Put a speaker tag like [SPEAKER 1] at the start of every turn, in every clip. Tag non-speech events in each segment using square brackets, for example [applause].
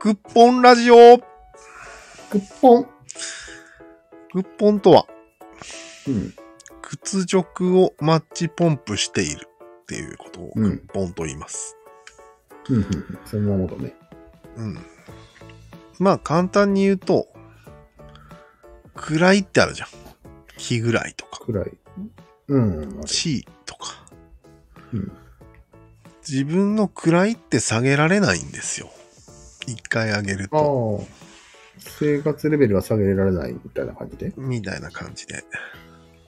[SPEAKER 1] クッポンラジオ
[SPEAKER 2] クッポン。
[SPEAKER 1] クッポンとは、
[SPEAKER 2] うん。
[SPEAKER 1] 屈辱をマッチポンプしているっていうことをク
[SPEAKER 2] うん
[SPEAKER 1] ッポンと言います。
[SPEAKER 2] うんうんうん。そのままだね。
[SPEAKER 1] うん。まあ簡単に言うと、暗いってあるじゃん。日ぐらいとか、
[SPEAKER 2] くらい。うん。あ
[SPEAKER 1] 地位とか。
[SPEAKER 2] れうん。
[SPEAKER 1] 自分の暗いって下げられないんですよ。一回上げる
[SPEAKER 2] あ
[SPEAKER 1] と、
[SPEAKER 2] あ。生活レベルは下げられないみたいな感じで。
[SPEAKER 1] みたいな感じで。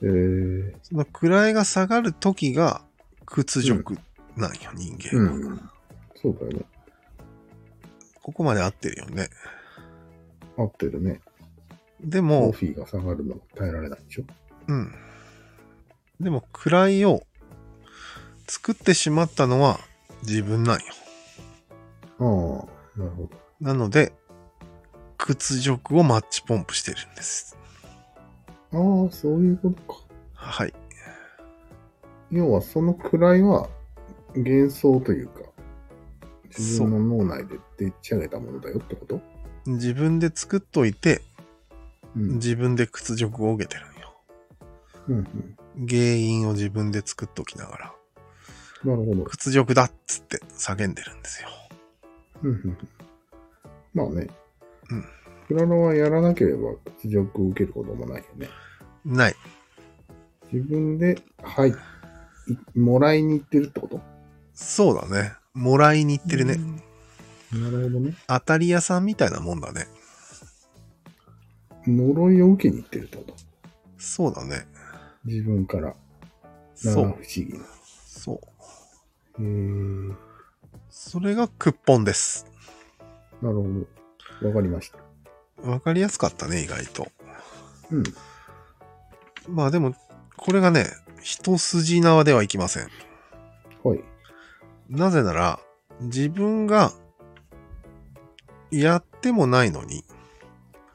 [SPEAKER 2] えー、
[SPEAKER 1] その位が下がる時が屈辱なんよ、人間は、
[SPEAKER 2] うん。そうだよね。
[SPEAKER 1] ここまで合ってるよね。
[SPEAKER 2] 合ってるね。
[SPEAKER 1] で
[SPEAKER 2] コー
[SPEAKER 1] も、
[SPEAKER 2] ヒーが下がるの耐えられないでしょ。
[SPEAKER 1] うん。でも、位を作ってしまったのは自分なんよ。
[SPEAKER 2] ああ。なるほど。
[SPEAKER 1] なので、屈辱をマッチポンプしてるんです。
[SPEAKER 2] ああ、そういうことか。
[SPEAKER 1] はい。
[SPEAKER 2] 要はその位は幻想というか、自分の脳内ででっち上げたものだよってこと
[SPEAKER 1] 自分で作っといて、
[SPEAKER 2] うん。
[SPEAKER 1] 自分で屈辱を受けてるんよ。
[SPEAKER 2] うんうん。
[SPEAKER 1] 原因を自分で作っときながら、
[SPEAKER 2] なるほど。
[SPEAKER 1] 屈辱だっつって叫んでるんですよ。
[SPEAKER 2] うんうんうんまあね。
[SPEAKER 1] うん。
[SPEAKER 2] クララはやらなければ屈辱を受けることもないよね。
[SPEAKER 1] ない。
[SPEAKER 2] 自分で、はい、いもらいに行ってるってこと
[SPEAKER 1] そうだね。もらいに行ってるね。
[SPEAKER 2] なるほどね。
[SPEAKER 1] 当たり屋さんみたいなもんだね。
[SPEAKER 2] 呪いを受けに行ってるってこと
[SPEAKER 1] そうだね。
[SPEAKER 2] 自分から。
[SPEAKER 1] そ
[SPEAKER 2] 七不
[SPEAKER 1] う
[SPEAKER 2] 思。議な。
[SPEAKER 1] そう。
[SPEAKER 2] へー
[SPEAKER 1] それがクッポンです。
[SPEAKER 2] なるほど。わかりました。
[SPEAKER 1] わかりやすかったね、意外と。
[SPEAKER 2] うん。
[SPEAKER 1] まあでも、これがね、一筋縄ではいきません。
[SPEAKER 2] はい。
[SPEAKER 1] なぜなら、自分が、やってもないのに、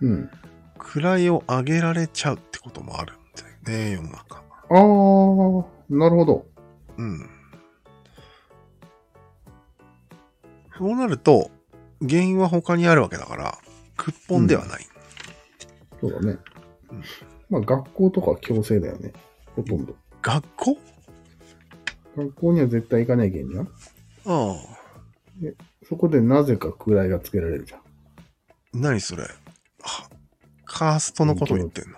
[SPEAKER 2] うん。
[SPEAKER 1] 位を上げられちゃうってこともあるんだよね、世の中。
[SPEAKER 2] あー、なるほど。
[SPEAKER 1] うん。そうなると、原因は他にあるわけだから、クッポンではない。
[SPEAKER 2] そうだね
[SPEAKER 1] うん。
[SPEAKER 2] まあ学校とかは強制だよね。ほとんど。
[SPEAKER 1] 学校
[SPEAKER 2] 学校には絶対行かないけんじゃん。
[SPEAKER 1] ああ。
[SPEAKER 2] そこでなぜか位がつけられるじゃん。
[SPEAKER 1] 何それはカーストのこと言ってんの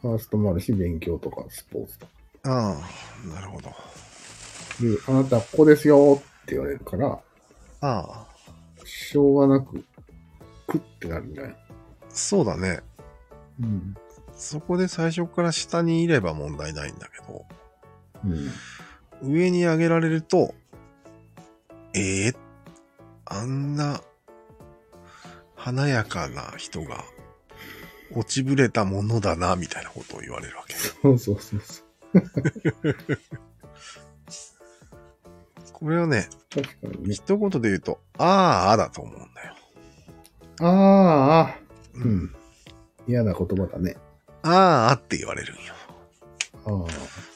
[SPEAKER 2] カーストもあるし、勉強とかスポーツとか。
[SPEAKER 1] ああ、なるほど。
[SPEAKER 2] で、あなたはここですよって言われるから、
[SPEAKER 1] ああ、
[SPEAKER 2] しょうがなく、クッてなるんじゃない
[SPEAKER 1] そうだね。
[SPEAKER 2] うん。
[SPEAKER 1] そこで最初から下にいれば問題ないんだけど、
[SPEAKER 2] うん。
[SPEAKER 1] 上に上げられると、ええあんな華やかな人が落ちぶれたものだな、みたいなことを言われるわけ。
[SPEAKER 2] [laughs] そうそうそうそう。
[SPEAKER 1] これはね、
[SPEAKER 2] 確かにね。
[SPEAKER 1] 一言で言うと、ああ、あだと思うんだよ。
[SPEAKER 2] あー、あー
[SPEAKER 1] う
[SPEAKER 2] う。ん。嫌な言葉だね。
[SPEAKER 1] ああ、あって言われるんよ。
[SPEAKER 2] あー。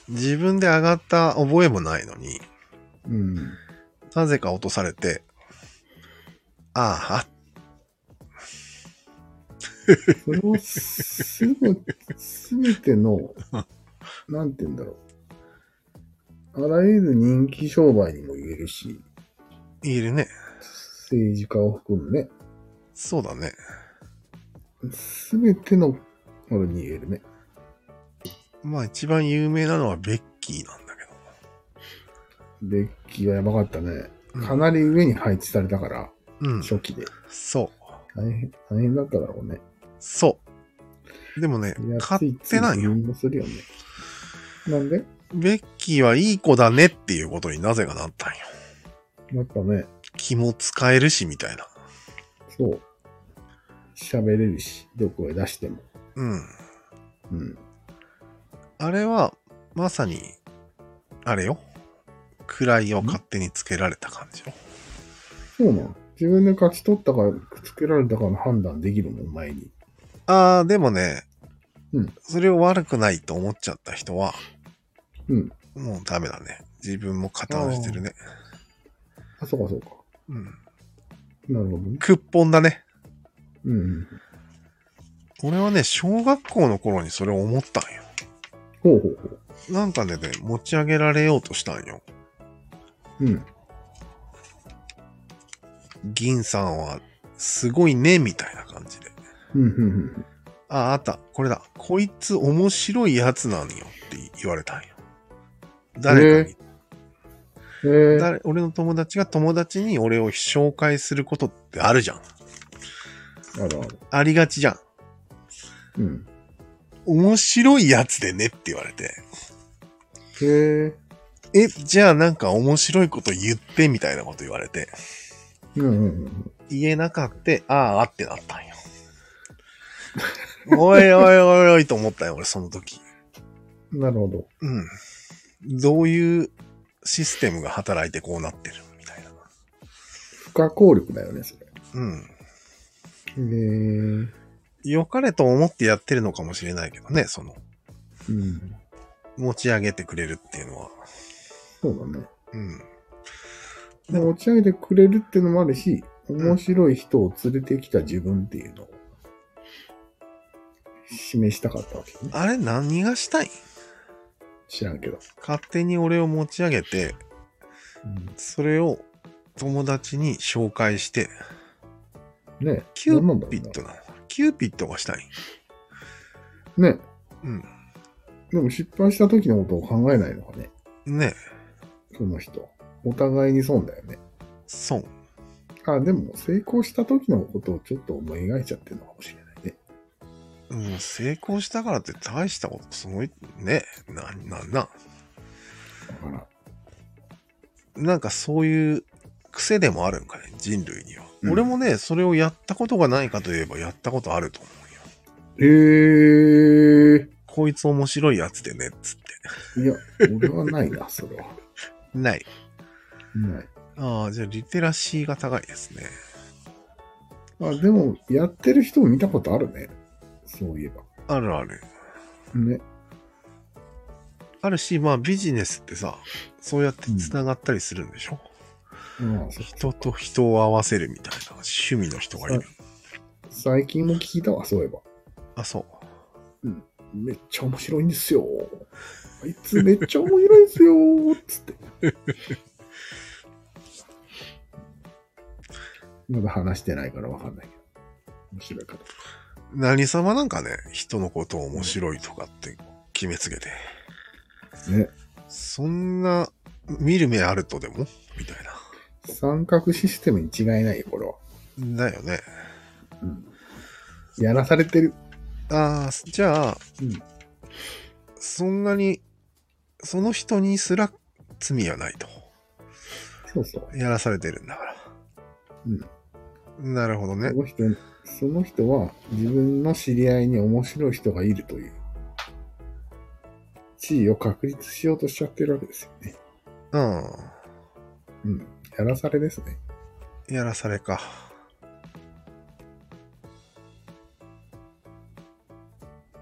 [SPEAKER 1] 自分で上がった覚えもないのに、
[SPEAKER 2] うん。
[SPEAKER 1] なぜか落とされて、ああ、
[SPEAKER 2] それをすぐ、すべての、なんて言うんだろう。あらゆる人気商売にも言えるし、
[SPEAKER 1] 言えるね。
[SPEAKER 2] 政治家を含むね、
[SPEAKER 1] そうだね。
[SPEAKER 2] すべてのものに言えるね。
[SPEAKER 1] まあ一番有名なのはベッキーなんだけ
[SPEAKER 2] ベッキーはやばかったね。
[SPEAKER 1] ど。
[SPEAKER 2] かなり上に配置されたから、
[SPEAKER 1] うん。
[SPEAKER 2] 初期で。
[SPEAKER 1] そう。
[SPEAKER 2] 大変、大変だっただろうね。
[SPEAKER 1] そう。でもね、
[SPEAKER 2] いや
[SPEAKER 1] 買
[SPEAKER 2] つい
[SPEAKER 1] ってないよ
[SPEAKER 2] つ。みんするよね。なんで
[SPEAKER 1] ベッキーはいい子だねっていうことになぜかなったんよ。
[SPEAKER 2] なんかね、
[SPEAKER 1] 気も使えるしみたいな。
[SPEAKER 2] そう。喋れるし、どこへ出しても。
[SPEAKER 1] うん。
[SPEAKER 2] うん。
[SPEAKER 1] あれは、まさに、あれよ。位を勝手につけられた感じよ。
[SPEAKER 2] そうなん。自分で勝ち取ったか、くっつけられたかの判断できるもん、前に。
[SPEAKER 1] ああ、でもね、
[SPEAKER 2] うん
[SPEAKER 1] それを悪くないと思っちゃった人は、
[SPEAKER 2] うん。
[SPEAKER 1] もうダメだね。自分も加担してるね。
[SPEAKER 2] あ、そうかそうか。
[SPEAKER 1] うん。
[SPEAKER 2] なるほどね。
[SPEAKER 1] クッポンだね。
[SPEAKER 2] うん。
[SPEAKER 1] 俺はね、小学校の頃にそれを思ったんよ。
[SPEAKER 2] ほうほうほう。
[SPEAKER 1] なんかでね、持ち上げられようとしたんよ。
[SPEAKER 2] うん。
[SPEAKER 1] 銀さんは、すごいね、みたいな感じで。
[SPEAKER 2] うん、うん、うん。
[SPEAKER 1] あ、あった。これだ。こいつ面白いやつなんよって言われたんよ。誰かに、
[SPEAKER 2] えー、
[SPEAKER 1] 誰俺の友達が友達に俺を紹介することってあるじゃん。
[SPEAKER 2] あるある。
[SPEAKER 1] ありがちじゃん。
[SPEAKER 2] うん。
[SPEAKER 1] 面白いやつでねって言われて。
[SPEAKER 2] へえ
[SPEAKER 1] え、じゃあなんか面白いこと言ってみたいなこと言われて。
[SPEAKER 2] うん、うん、うん。
[SPEAKER 1] 言えなかって、あーあってなったんよ。おいおいおいおいと思ったよ、俺その時。
[SPEAKER 2] なるほど。
[SPEAKER 1] うん。どういうシステムが働いてこうなってるみたいな。
[SPEAKER 2] 不可抗力だよね、それ。
[SPEAKER 1] うん。
[SPEAKER 2] えー、
[SPEAKER 1] 良かれと思ってやってるのかもしれないけどね、その、
[SPEAKER 2] うん。
[SPEAKER 1] 持ち上げてくれるっていうのは。
[SPEAKER 2] そうだね。
[SPEAKER 1] うん。
[SPEAKER 2] で持ち上げてくれるっていうのもあるし、面白い人を連れてきた自分っていうのを示したかったわけね。
[SPEAKER 1] あれ何がしたい
[SPEAKER 2] 知らんけど。
[SPEAKER 1] 勝手に俺を持ち上げて、それを友達に紹介して、
[SPEAKER 2] うん、ね
[SPEAKER 1] キュ
[SPEAKER 2] 何なん
[SPEAKER 1] ー
[SPEAKER 2] だろ
[SPEAKER 1] ピッドなのキューピッドがしたい。
[SPEAKER 2] うなね
[SPEAKER 1] うん。
[SPEAKER 2] でも失敗した時のことを考えないのかね。
[SPEAKER 1] ね
[SPEAKER 2] その人。お互いに損だよね。
[SPEAKER 1] え、そう。
[SPEAKER 2] あ、でも成功した時のことをちょっと思い描いちゃってるのかもしれないね。
[SPEAKER 1] うん、成功したからって大したことすごいね。な、な、な。
[SPEAKER 2] だから、
[SPEAKER 1] なんかそういう癖でもあるんかね、人類には。
[SPEAKER 2] うん
[SPEAKER 1] 俺もね、それをやったことがないかといえばやったことあると思うよ。
[SPEAKER 2] えー、
[SPEAKER 1] こいつ面白いやつでね、つって。
[SPEAKER 2] いや、俺はないな、それは。
[SPEAKER 1] ない。
[SPEAKER 2] ない。
[SPEAKER 1] ああ、じゃあリテラシーが高いですね。
[SPEAKER 2] あ、でも、やってる人も見たことあるね。そういえば。
[SPEAKER 1] あるある。
[SPEAKER 2] ね。
[SPEAKER 1] あるし、まあビジネスってさ、そうやって繋がったりするんでしょ、
[SPEAKER 2] まあ、そ
[SPEAKER 1] 人と人を合わせるみたいな趣味の人がいる。
[SPEAKER 2] 最近も聞いたわ、そういえば。
[SPEAKER 1] あ、そう。
[SPEAKER 2] めっちゃ面白いんですよ。あいつめっちゃ面白いんですよ。つって。まだ話してないからわかんないけど。面白い方。
[SPEAKER 1] 何様なんかね、人のことを面白いとかって決めつけて。
[SPEAKER 2] ね。
[SPEAKER 1] そんな、見る目あるとでもみたい
[SPEAKER 2] 三角システムに違いないよ、これは。
[SPEAKER 1] な。だよね。
[SPEAKER 2] うん。やらされてる。
[SPEAKER 1] ああ、じゃあ、
[SPEAKER 2] うん
[SPEAKER 1] そんなに、その人にすら罪はないと。
[SPEAKER 2] そうそう。
[SPEAKER 1] やらされてるんだから。うん。なるほどね
[SPEAKER 2] そ。の人、その人は自分の知り合いに面白い人がいるという地位を確立しようとしちゃってるわけですよね。
[SPEAKER 1] うん。
[SPEAKER 2] うん。やらされですね。
[SPEAKER 1] やらされか。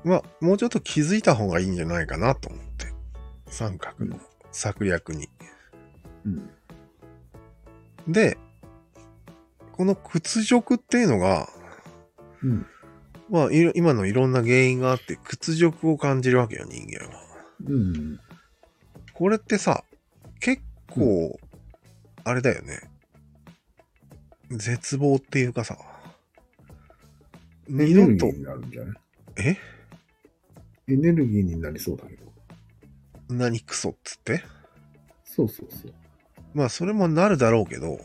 [SPEAKER 1] まあ、もうちょっと気づいた方がいいんじゃないかなと思って。三角の策略に。
[SPEAKER 2] うん。
[SPEAKER 1] で、この屈辱っていうのが、
[SPEAKER 2] うん。
[SPEAKER 1] まあ、いろ今のいろんな原因があって、屈辱を感じるわけよ、人間は。
[SPEAKER 2] うん。
[SPEAKER 1] これってさ、結構、あれだよね。絶望っていうかさ、二
[SPEAKER 2] エネル
[SPEAKER 1] 度
[SPEAKER 2] ギ
[SPEAKER 1] と
[SPEAKER 2] ー、になるんじゃない
[SPEAKER 1] え
[SPEAKER 2] エネルギーになりそうだけど。
[SPEAKER 1] 何クソっつって
[SPEAKER 2] そうそうそう。
[SPEAKER 1] まあ、それもなるだろうけど、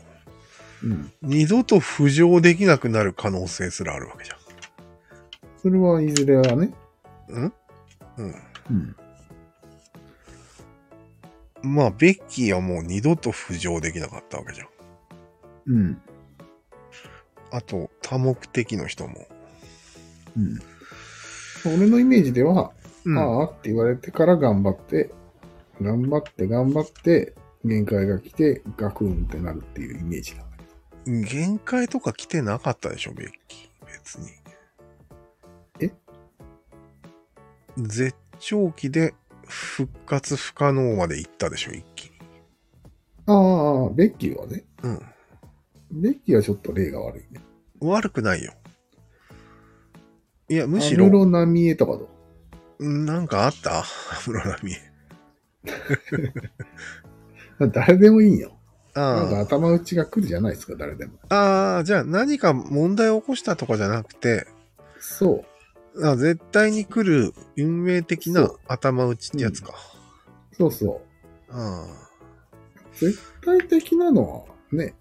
[SPEAKER 2] うん。
[SPEAKER 1] 二度と浮上できなくなる可能性すらあるわけじ
[SPEAKER 2] それはいずれはね。
[SPEAKER 1] ゃん。んうん。
[SPEAKER 2] うん。
[SPEAKER 1] まあ、ベッキーはもう二度と浮上できなかったわけじゃん。
[SPEAKER 2] うん。
[SPEAKER 1] あと、多目的の人も。
[SPEAKER 2] うん。俺のイメージでは、
[SPEAKER 1] うん
[SPEAKER 2] ああって言われてから頑張って、頑張って頑張って、限界が来てガクンってなるっていうイメージなんだけ
[SPEAKER 1] 限界とか来てなかったでしょ、ベッキー。別に。
[SPEAKER 2] え
[SPEAKER 1] 絶頂期で復活不可能まで行ったでしょ、一気に。
[SPEAKER 2] ど。ああ、ベッキーはね。
[SPEAKER 1] うん。
[SPEAKER 2] ベッキーはちょっと例が悪いね。
[SPEAKER 1] 悪くないよ。いや、む
[SPEAKER 2] む
[SPEAKER 1] し
[SPEAKER 2] し
[SPEAKER 1] ろ
[SPEAKER 2] ろ。、ロナミエとかどう
[SPEAKER 1] なんかあった [laughs] 安室奈美恵。
[SPEAKER 2] 誰でもいいよ。なんか
[SPEAKER 1] あ
[SPEAKER 2] 頭打ちが来るじゃないですか、誰でも。
[SPEAKER 1] あ。ああ、じゃあ何か問題を起こしたとかじゃなくて、
[SPEAKER 2] そう。
[SPEAKER 1] あ絶対に来る運命的な
[SPEAKER 2] そう
[SPEAKER 1] 頭打ちってやつか。
[SPEAKER 2] そうそう。
[SPEAKER 1] あ
[SPEAKER 2] 絶対的なのはね、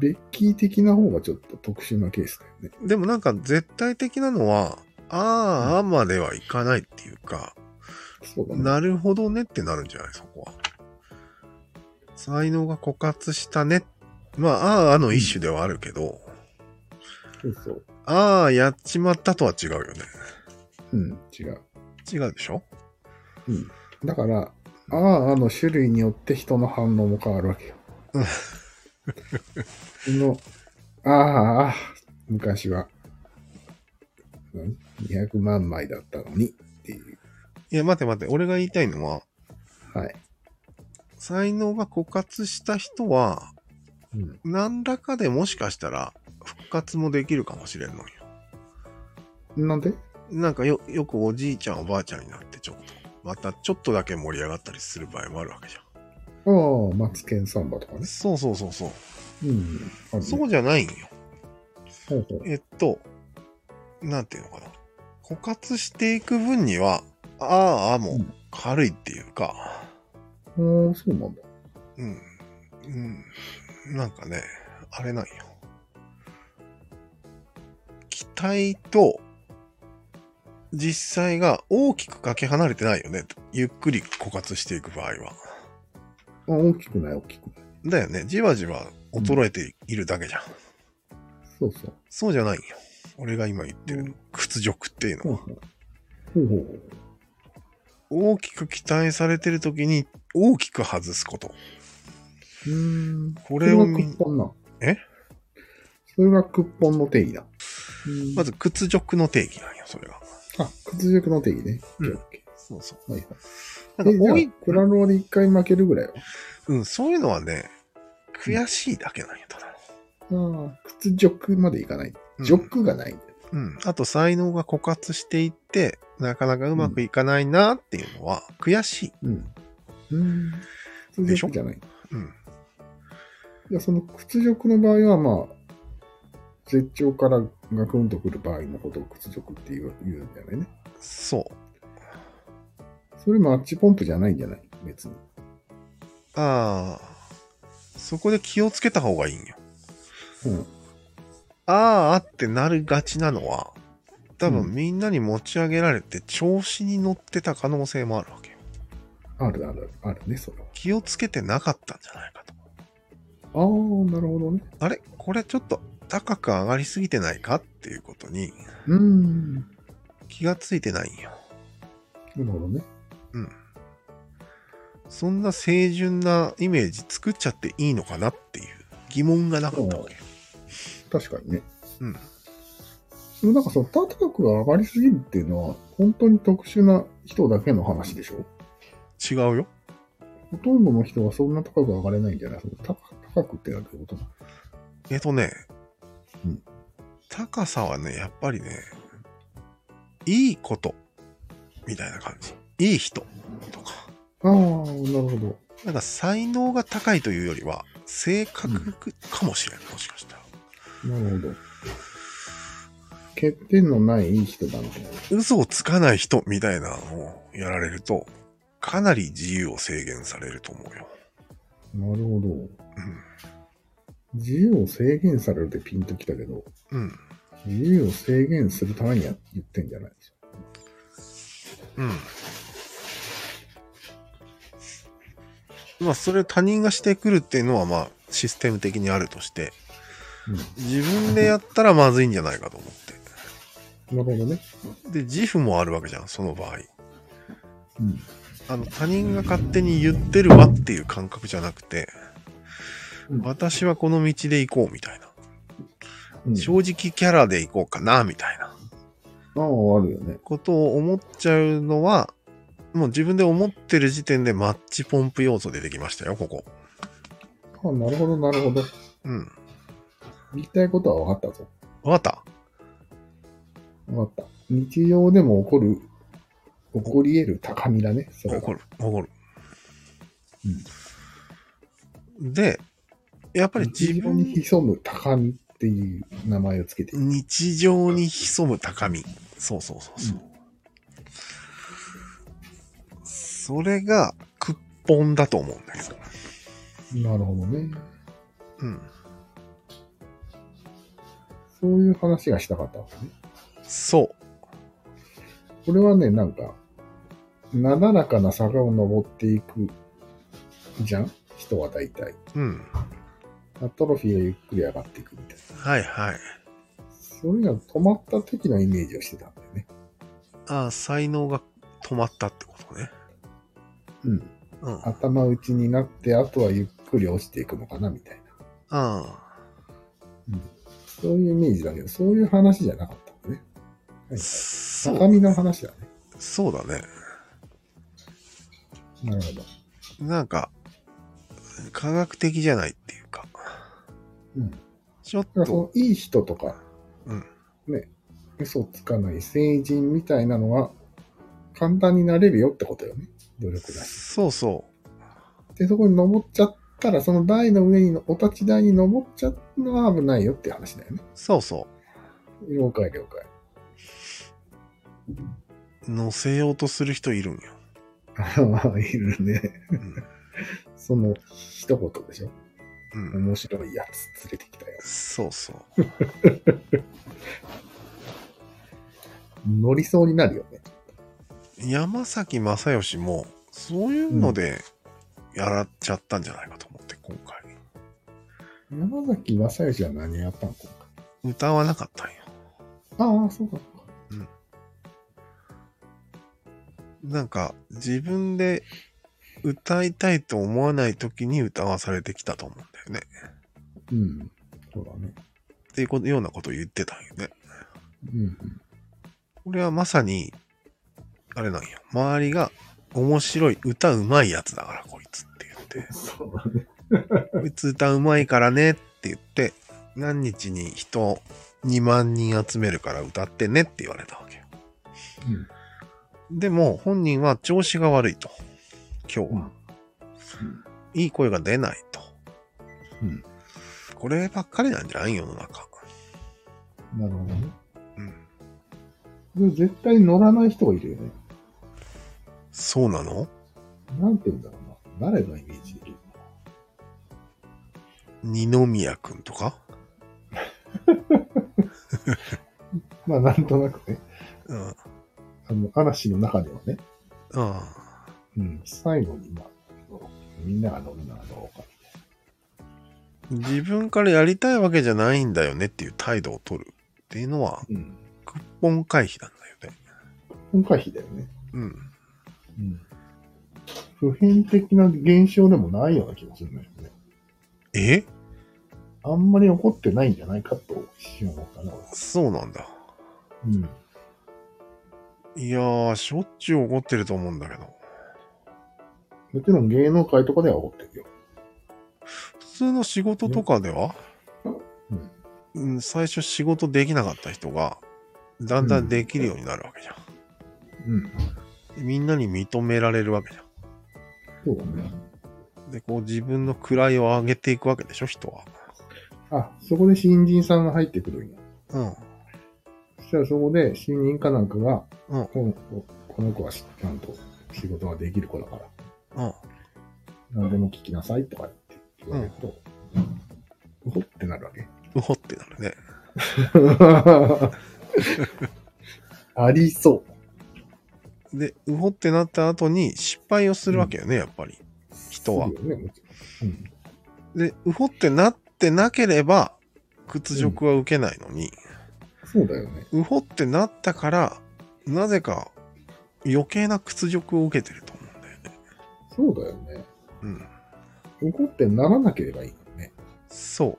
[SPEAKER 2] ベッキー的な方がちょっと特殊なケースだよね。
[SPEAKER 1] あ。でもなんか絶対的なのは、ああ、あまではいかないっていうか、
[SPEAKER 2] そうだね。
[SPEAKER 1] なるほどねってなるんじゃないそこは。才能が枯渇したね。まあ、ああ、あの一種ではあるけど、
[SPEAKER 2] そうそう。
[SPEAKER 1] ああ、やっちまったとは違うよね。
[SPEAKER 2] うん、違う。
[SPEAKER 1] 違うでしょ
[SPEAKER 2] うん。だから、ああ、あの種類によって人の反応も変わるわけよ。
[SPEAKER 1] うん
[SPEAKER 2] その、ああ、ああ、昔は、うん200万枚だったのにっていう。
[SPEAKER 1] いや、待て待て。俺が言いたいのは、
[SPEAKER 2] はい。
[SPEAKER 1] 才能が枯渇した人は、
[SPEAKER 2] うん、
[SPEAKER 1] 何らかでもしかしたら復活もできるかもしれんのよ。
[SPEAKER 2] なんで
[SPEAKER 1] なんかよ、よくおじいちゃんおばあちゃんになってちょっと、またちょっとだけ盛り上がったりする場合もあるわけじゃ
[SPEAKER 2] ああ、マツケンサンバとか
[SPEAKER 1] ん。
[SPEAKER 2] ね。
[SPEAKER 1] そうそうそうそう。
[SPEAKER 2] うん。あるね
[SPEAKER 1] そうじゃないんよ。
[SPEAKER 2] そうそう。
[SPEAKER 1] えっと、なんていうのかな。枯渇していく分には、あーあーも
[SPEAKER 2] うん
[SPEAKER 1] 軽いっていうか、
[SPEAKER 2] おーそうなんだ。
[SPEAKER 1] うん、うん、なんかね、あれなんよ。期待と実際が大きくかけ離れてないよね。ゆっくり枯渇していく場合は。
[SPEAKER 2] あ大きくない、大きくない。
[SPEAKER 1] だよね。じわじわ衰えているだけじゃん。
[SPEAKER 2] そうそう。
[SPEAKER 1] そうじゃないんよ。俺が今言ってるの屈辱っていうの
[SPEAKER 2] ほう
[SPEAKER 1] は。
[SPEAKER 2] ほう。ほうほう
[SPEAKER 1] 大きく期待されてる時に大きく外すこと。
[SPEAKER 2] うーん。
[SPEAKER 1] これを
[SPEAKER 2] そ
[SPEAKER 1] 見
[SPEAKER 2] が屈本な。
[SPEAKER 1] え
[SPEAKER 2] それが屈本の定義だ。うん
[SPEAKER 1] まず屈辱の定義なんよ、それが。
[SPEAKER 2] あ、屈辱の定義ね。
[SPEAKER 1] うん
[SPEAKER 2] オッケ
[SPEAKER 1] そうそう。
[SPEAKER 2] ーオッケーはいはい。
[SPEAKER 1] なんか
[SPEAKER 2] え
[SPEAKER 1] 追
[SPEAKER 2] じゃ
[SPEAKER 1] い
[SPEAKER 2] あ、クラロワで一回負けるぐらいは。
[SPEAKER 1] うん、そういうのはね、悔しいだけなんや、ただの。
[SPEAKER 2] ああ、屈辱までいかない。
[SPEAKER 1] うん
[SPEAKER 2] ジョックがない。
[SPEAKER 1] うん。あと、才能が枯渇していって、なかなかうまくいかないなっていうのは、悔しい。
[SPEAKER 2] うん。うん。屈
[SPEAKER 1] でしょ
[SPEAKER 2] 辱じゃない。
[SPEAKER 1] うん。
[SPEAKER 2] いや、その屈辱の場合は、まあ、絶頂からガクンとくる場合のことを屈辱って言う言うんじゃないね。
[SPEAKER 1] そう。
[SPEAKER 2] それマッチポンプじゃないんじゃない別に。
[SPEAKER 1] ああ。そこで気をつけた方がいいんよ。
[SPEAKER 2] うん。
[SPEAKER 1] ああ、あってなるがちなのは、多
[SPEAKER 2] う
[SPEAKER 1] 分
[SPEAKER 2] ん
[SPEAKER 1] みんなに持ち上げられて調子に乗ってた可能性もあるわけよ。
[SPEAKER 2] あるある、あるね、それは。
[SPEAKER 1] 気をつけてなかったんじゃないかと。
[SPEAKER 2] ああ、なるほどね。
[SPEAKER 1] あれこれちょっと高く上がりすぎてないかっていうことに
[SPEAKER 2] うーん。な
[SPEAKER 1] 気がついてないんよ。
[SPEAKER 2] るほどね。
[SPEAKER 1] そんな清純なイメージ作っちゃっていいのかなっていう疑問がなかったわけ。
[SPEAKER 2] 確かにね。
[SPEAKER 1] うん。
[SPEAKER 2] でもなんかその高く上がりすぎるっていうのは、本当に特殊な人だけの話でしょ
[SPEAKER 1] 違うよ。
[SPEAKER 2] ほとんどの人はそんな高く上がれないんじゃないその高高くってなってことな
[SPEAKER 1] えっとね、
[SPEAKER 2] うん
[SPEAKER 1] 高さはね、やっぱりね、いいこと、みたいな感じ。いい人とか。
[SPEAKER 2] ああ、なるほど。
[SPEAKER 1] なんか才能が高いというよりは、性格かもしれない、もしかしたら。
[SPEAKER 2] なるほど。欠点のないいい人だみたいな。
[SPEAKER 1] 嘘をつかない人みたいなのをやられると、かなり自由を制限されると思うよ。
[SPEAKER 2] なるほど。
[SPEAKER 1] うん。
[SPEAKER 2] 自由を制限されるってピンときたけど、
[SPEAKER 1] うん。
[SPEAKER 2] 自由を制限するためにや言ってんじゃないですか。
[SPEAKER 1] うん。まあ、それを他人がしてくるっていうのは、まあ、システム的にあるとして、自分でやったらまずいんじゃないかと思っ
[SPEAKER 2] うん。なるほどね。
[SPEAKER 1] て。で、自負もあるわけじゃん、その場合。
[SPEAKER 2] うん。
[SPEAKER 1] あの、他人が勝手に言ってるわっていう感覚じゃなくて、
[SPEAKER 2] うん
[SPEAKER 1] 私はこの道で行こうみたいな。
[SPEAKER 2] うん、
[SPEAKER 1] 正直キャラで行こうかな、みたいな
[SPEAKER 2] ああ、あるよね。
[SPEAKER 1] ことを思っちゃうのは、もう自分で思ってる時点でマッチポンプ要素出てきましたよ、ここ。
[SPEAKER 2] ああ、あ、なるほど、なるほど。
[SPEAKER 1] うん。
[SPEAKER 2] 言いたいことは分かったぞ。
[SPEAKER 1] わかっ
[SPEAKER 2] 分かった。日常でも起こる、起こり得る高みだね。そ
[SPEAKER 1] た。
[SPEAKER 2] れ
[SPEAKER 1] 怒
[SPEAKER 2] が
[SPEAKER 1] る。怒る。で、やっぱり自
[SPEAKER 2] 日常
[SPEAKER 1] 分
[SPEAKER 2] に潜む高みっていう名前をつけている。
[SPEAKER 1] 日常に潜む高み。そうそうそうそう。それが屈本だと思うんだけど。
[SPEAKER 2] なるほどね。
[SPEAKER 1] うん。
[SPEAKER 2] そういう話がしたかったわけね。
[SPEAKER 1] そう。
[SPEAKER 2] これはね、なんか、なだらかな坂を登っていくじゃん人は大体。
[SPEAKER 1] うん。
[SPEAKER 2] トロフィーがゆっくり上がっていくみたいな。
[SPEAKER 1] はいはい。
[SPEAKER 2] それが止まった時のイメージをしてたんだよね。
[SPEAKER 1] ああ、才能が止まったってことね。
[SPEAKER 2] うん。
[SPEAKER 1] うん。あ
[SPEAKER 2] 頭打ちになって、あとはゆっくり落ちていくのかなみたいな。
[SPEAKER 1] あ、
[SPEAKER 2] そういうイメージだけど、そういう話じゃなかったんだね。はい
[SPEAKER 1] そ
[SPEAKER 2] 高
[SPEAKER 1] う。
[SPEAKER 2] みの話だね。
[SPEAKER 1] そうだね。
[SPEAKER 2] なるほど。
[SPEAKER 1] なんか、科学的じゃないっていうか。
[SPEAKER 2] うん。だ
[SPEAKER 1] ちょっ
[SPEAKER 2] からそ
[SPEAKER 1] と、
[SPEAKER 2] のいい人とか、
[SPEAKER 1] うん
[SPEAKER 2] ね、嘘つかない成人みたいなのは、簡単になれるよってことよね。努力だし。
[SPEAKER 1] そうそ
[SPEAKER 2] で、そこに登っちゃったら、その台の上にの、お立ち台に登っちゃうのは危ないよって話だよね。
[SPEAKER 1] う。そうそ
[SPEAKER 2] 了解了解。
[SPEAKER 1] う。乗せようとする人いるんよ。
[SPEAKER 2] あ
[SPEAKER 1] [laughs]
[SPEAKER 2] あ、いるね。
[SPEAKER 1] うん。
[SPEAKER 2] その一言でしょ。
[SPEAKER 1] うん、
[SPEAKER 2] 面白いやつ連れてきたよ。
[SPEAKER 1] そうそう。
[SPEAKER 2] 乗りそうになるよね。
[SPEAKER 1] 山崎正義もそういうのでやらっちゃったんじゃないかと思って今回
[SPEAKER 2] 山崎正義は何やったの今
[SPEAKER 1] 歌わなかったんよ
[SPEAKER 2] 回。ああ、そうかそうか。
[SPEAKER 1] なんか自分で歌いたいと思わない時に歌わされてきたと思うんだよね
[SPEAKER 2] うん。そうだね。
[SPEAKER 1] っていうことようなことを言ってたんよね
[SPEAKER 2] うん。
[SPEAKER 1] これはまさにあれなんよ周りが面白い歌うまいやつだからこいつって言って
[SPEAKER 2] そうだね。
[SPEAKER 1] こいつ歌うまいからねって言って何日に人2万人集めるから歌ってねって言われたわけよ
[SPEAKER 2] うん。
[SPEAKER 1] でも本人は調子が悪いと。今日は。いい声が出ないと。
[SPEAKER 2] うん。
[SPEAKER 1] こればっかりなんじゃない世の中。
[SPEAKER 2] なるほどね。
[SPEAKER 1] うん。
[SPEAKER 2] で絶対乗らない人がいるよね。
[SPEAKER 1] そうなの
[SPEAKER 2] なんて言うんだろうな。誰のイメージでいる
[SPEAKER 1] 二宮くんとか
[SPEAKER 2] まあ、なんとなくね。
[SPEAKER 1] うん。うん。
[SPEAKER 2] あの、嵐の中ではね。うん。最後に、まあ、みんなが乗るなら乗ろうか。
[SPEAKER 1] 自分からやりたいわけじゃないんだよねっていう態度を取るっていうのは、
[SPEAKER 2] うん。
[SPEAKER 1] 屈本回避なんだよね。
[SPEAKER 2] 今回避だよね。
[SPEAKER 1] うん。
[SPEAKER 2] うん。普遍的な現象でもないような気がするんだよね。
[SPEAKER 1] え
[SPEAKER 2] あんまり怒ってないんじゃないかと一瞬思ったな、俺
[SPEAKER 1] そうなんだ。
[SPEAKER 2] うん。
[SPEAKER 1] いやー、しょっちゅう怒ってると思うんだけど。
[SPEAKER 2] もちろん芸能界とかでは怒ってるよ。
[SPEAKER 1] 普通の仕事とかでは、
[SPEAKER 2] うん
[SPEAKER 1] うん、最初仕事できなかった人が、だんだんできるようになるわけじゃん。
[SPEAKER 2] うん。
[SPEAKER 1] みんなに認められるわけじゃ
[SPEAKER 2] そうだね。
[SPEAKER 1] ん。で、こう自分の位を上げていくわけでしょ、人は。
[SPEAKER 2] あ、そこで新人さんが入ってくるんや。
[SPEAKER 1] うん。
[SPEAKER 2] そしたらそこで新人かなんかが、
[SPEAKER 1] うん
[SPEAKER 2] このここの子はしちゃんと仕事ができる子だから、
[SPEAKER 1] うん。
[SPEAKER 2] 何でも聞きなさいとかって言われると、うほってなるわけ。
[SPEAKER 1] うほってなるね。
[SPEAKER 2] ありそ
[SPEAKER 1] で、うほってなった後に失敗をするわけよね、やっぱり。
[SPEAKER 2] う。
[SPEAKER 1] 人は
[SPEAKER 2] するよね、もちろん。うん
[SPEAKER 1] で、うほってなってなければ、屈辱は受けないのに、
[SPEAKER 2] そうだよね。
[SPEAKER 1] うほってなったから、なぜか余計な屈辱を受けてると思うんだよね。
[SPEAKER 2] そうだよね。
[SPEAKER 1] うん。
[SPEAKER 2] 怒ってならなければいいのにね。
[SPEAKER 1] そ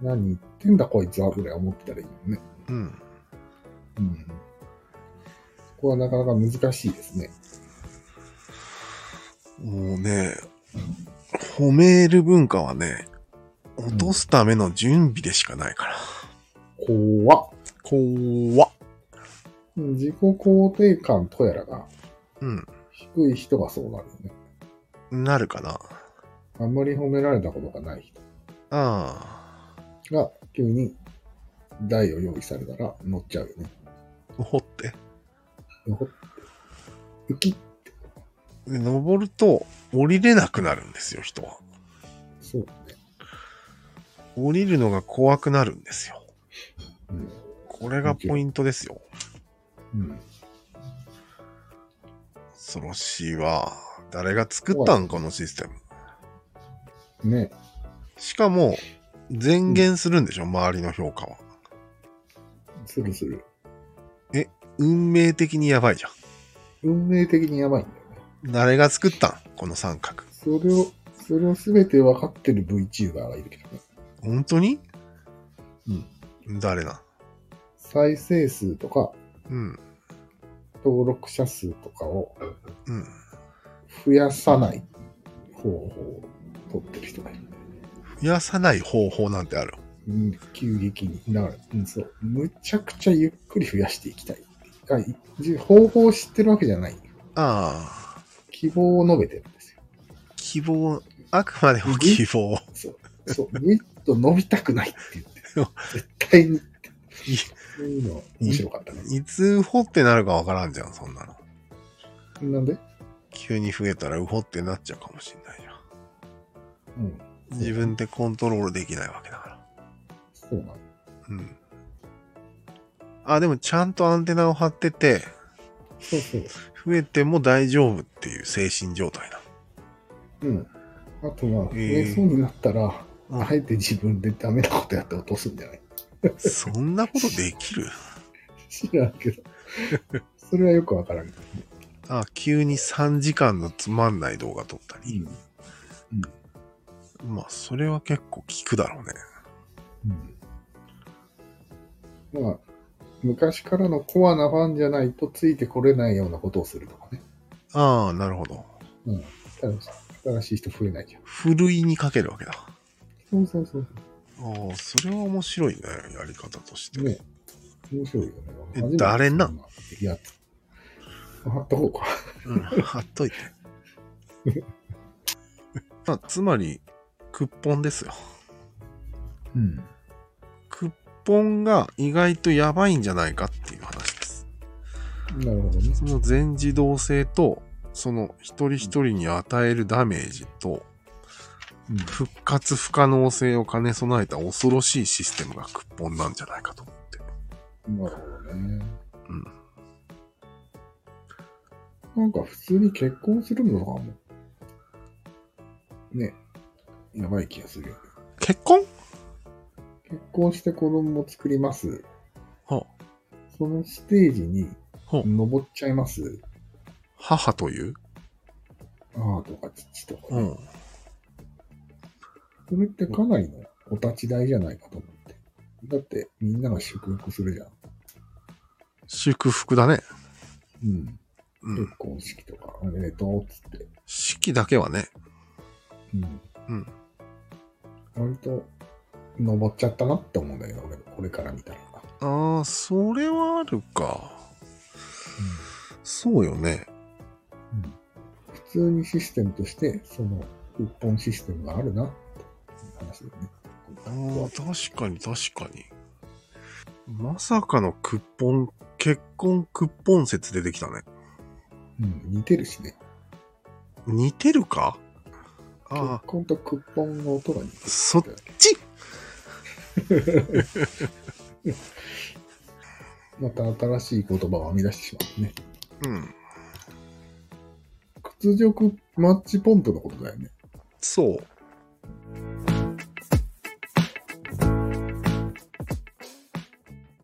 [SPEAKER 2] 何言ってんだこいつはぐらい思ってたらいいのね。
[SPEAKER 1] う。うん。
[SPEAKER 2] うん。そこはなかなか難しいですね。
[SPEAKER 1] もうね、褒める文化はね、落とすための準備でしかないから。
[SPEAKER 2] 怖っ。
[SPEAKER 1] 怖っ。
[SPEAKER 2] 自己肯定感とやらが
[SPEAKER 1] うん。
[SPEAKER 2] 低い人がそうなるよね。
[SPEAKER 1] なるかな。
[SPEAKER 2] あんまり褒められたことがない
[SPEAKER 1] あ
[SPEAKER 2] 人が急に台を用意されたら乗っちゃうよね。
[SPEAKER 1] あ。登って。
[SPEAKER 2] よほって浮き
[SPEAKER 1] で登ると降りれなくなるんですよ、人は。
[SPEAKER 2] そうね。
[SPEAKER 1] 降りるのが怖くなるんですよ。
[SPEAKER 2] うん。
[SPEAKER 1] これがポイントですよ。
[SPEAKER 2] うん。
[SPEAKER 1] 恐ろしいわ。誰が作ったんこのシステム。
[SPEAKER 2] ね
[SPEAKER 1] しかも、前言するんでしょ、周りの評価は。
[SPEAKER 2] するする。
[SPEAKER 1] 運命的にやばいじゃ
[SPEAKER 2] 運命的にやばいんだよね。
[SPEAKER 1] ん。誰が作ったんこの三角。
[SPEAKER 2] それを、それを全て分かってる VTuber がいるけどね。
[SPEAKER 1] 本当に
[SPEAKER 2] うん。
[SPEAKER 1] 誰なん
[SPEAKER 2] 再生数とか
[SPEAKER 1] うん。
[SPEAKER 2] 登録者数とかを
[SPEAKER 1] うん。
[SPEAKER 2] 増やさない方法を取ってる人がいる。
[SPEAKER 1] 増やさない方法なんてある。
[SPEAKER 2] うん急激に。だから、うん、そう。むちゃくちゃゆっくり増やしていきたい。あいじ方法を知ってるわけじゃない。
[SPEAKER 1] ああ。
[SPEAKER 2] 希望を述べてるんですよ。
[SPEAKER 1] 希望、あくまでも希望。
[SPEAKER 2] そう。そう。ぐいっと伸びたくないって言って。絶対に。
[SPEAKER 1] い
[SPEAKER 2] そういうの面白かったね。
[SPEAKER 1] いつウホってなるかわからんじゃん、そんなの。
[SPEAKER 2] なんで
[SPEAKER 1] 急に増えたらウホってなっちゃうかもしんないじゃん。
[SPEAKER 2] うん。
[SPEAKER 1] 自分でコントロールできないわけだから。
[SPEAKER 2] そうなの。
[SPEAKER 1] うん。あ、でもちゃんとアンテナを張ってて、
[SPEAKER 2] そうそう。
[SPEAKER 1] 増えても大丈夫っていう精神状 [laughs] 態だ。
[SPEAKER 2] うん。あとは、
[SPEAKER 1] えー
[SPEAKER 2] 増えそうになったら、
[SPEAKER 1] うん
[SPEAKER 2] あえて自分でダメなことやって落とすんじゃない
[SPEAKER 1] そんなことできる
[SPEAKER 2] 知らんけど。それはよくわからんけどね。
[SPEAKER 1] あ、急に3時間のつまんない動画撮ったり。まあ、それは結構効くだろうね。
[SPEAKER 2] うん。まあ、昔からのコアなファンじゃないとついてこれないようなことをするとかね。
[SPEAKER 1] ああ、なるほど。
[SPEAKER 2] うん。新しい新しい人増えないじゃん。
[SPEAKER 1] ふるいにかけるわけだ。あ
[SPEAKER 2] そうそうそう
[SPEAKER 1] あ、それは面白いね。やり方として。
[SPEAKER 2] ね面白いよね。
[SPEAKER 1] え
[SPEAKER 2] 初めて
[SPEAKER 1] 誰ない
[SPEAKER 2] や、貼っとこうか。
[SPEAKER 1] うん、貼っ [laughs] といて。まあ、つまり、クッポンですよ。
[SPEAKER 2] うん。
[SPEAKER 1] クッポンが意外とやばいんじゃないかっていう話です。
[SPEAKER 2] なるほどね。
[SPEAKER 1] その全自動性と、その一人一人に与えるダメージと、
[SPEAKER 2] うん
[SPEAKER 1] 復活不可能性を兼ね備えた恐ろしいシステムがクッポンなんじゃないかと思って。
[SPEAKER 2] なるほどね。
[SPEAKER 1] うん
[SPEAKER 2] なんか普通に結婚するのとかも、ね、やばい気がするよね。
[SPEAKER 1] 結婚
[SPEAKER 2] 結婚して子供を作ります。
[SPEAKER 1] は
[SPEAKER 2] そのステージに
[SPEAKER 1] ほう
[SPEAKER 2] 登っちゃいます。
[SPEAKER 1] 母という
[SPEAKER 2] 母とか父とか、
[SPEAKER 1] うん。
[SPEAKER 2] それってかなりのお立ち台じゃないかと思って。だってみんなが祝福するじゃん。
[SPEAKER 1] 祝福だね。
[SPEAKER 2] うん。
[SPEAKER 1] う
[SPEAKER 2] 結
[SPEAKER 1] ん。
[SPEAKER 2] 婚式とか、おめでとうっつって。
[SPEAKER 1] 式だけはね。
[SPEAKER 2] うん。
[SPEAKER 1] うん。
[SPEAKER 2] 割と、登っちゃったなって思うんだけど、俺、これから見たら。
[SPEAKER 1] ああ、それはあるか。そうよね。
[SPEAKER 2] 普通にシステムとして、その、一本システムがあるな、っていう話だよね。
[SPEAKER 1] ああ、確かに確かに。まさかのクッポン、結婚クッポン説出てきたね。
[SPEAKER 2] うん、似てるしね。
[SPEAKER 1] 似てるかああ
[SPEAKER 2] 結、婚とクッポンの音が似てる。
[SPEAKER 1] そっち
[SPEAKER 2] また新しい言葉を編み出してしまうね。
[SPEAKER 1] うん。
[SPEAKER 2] 屈辱マッチポンプのことだよね。
[SPEAKER 1] そう。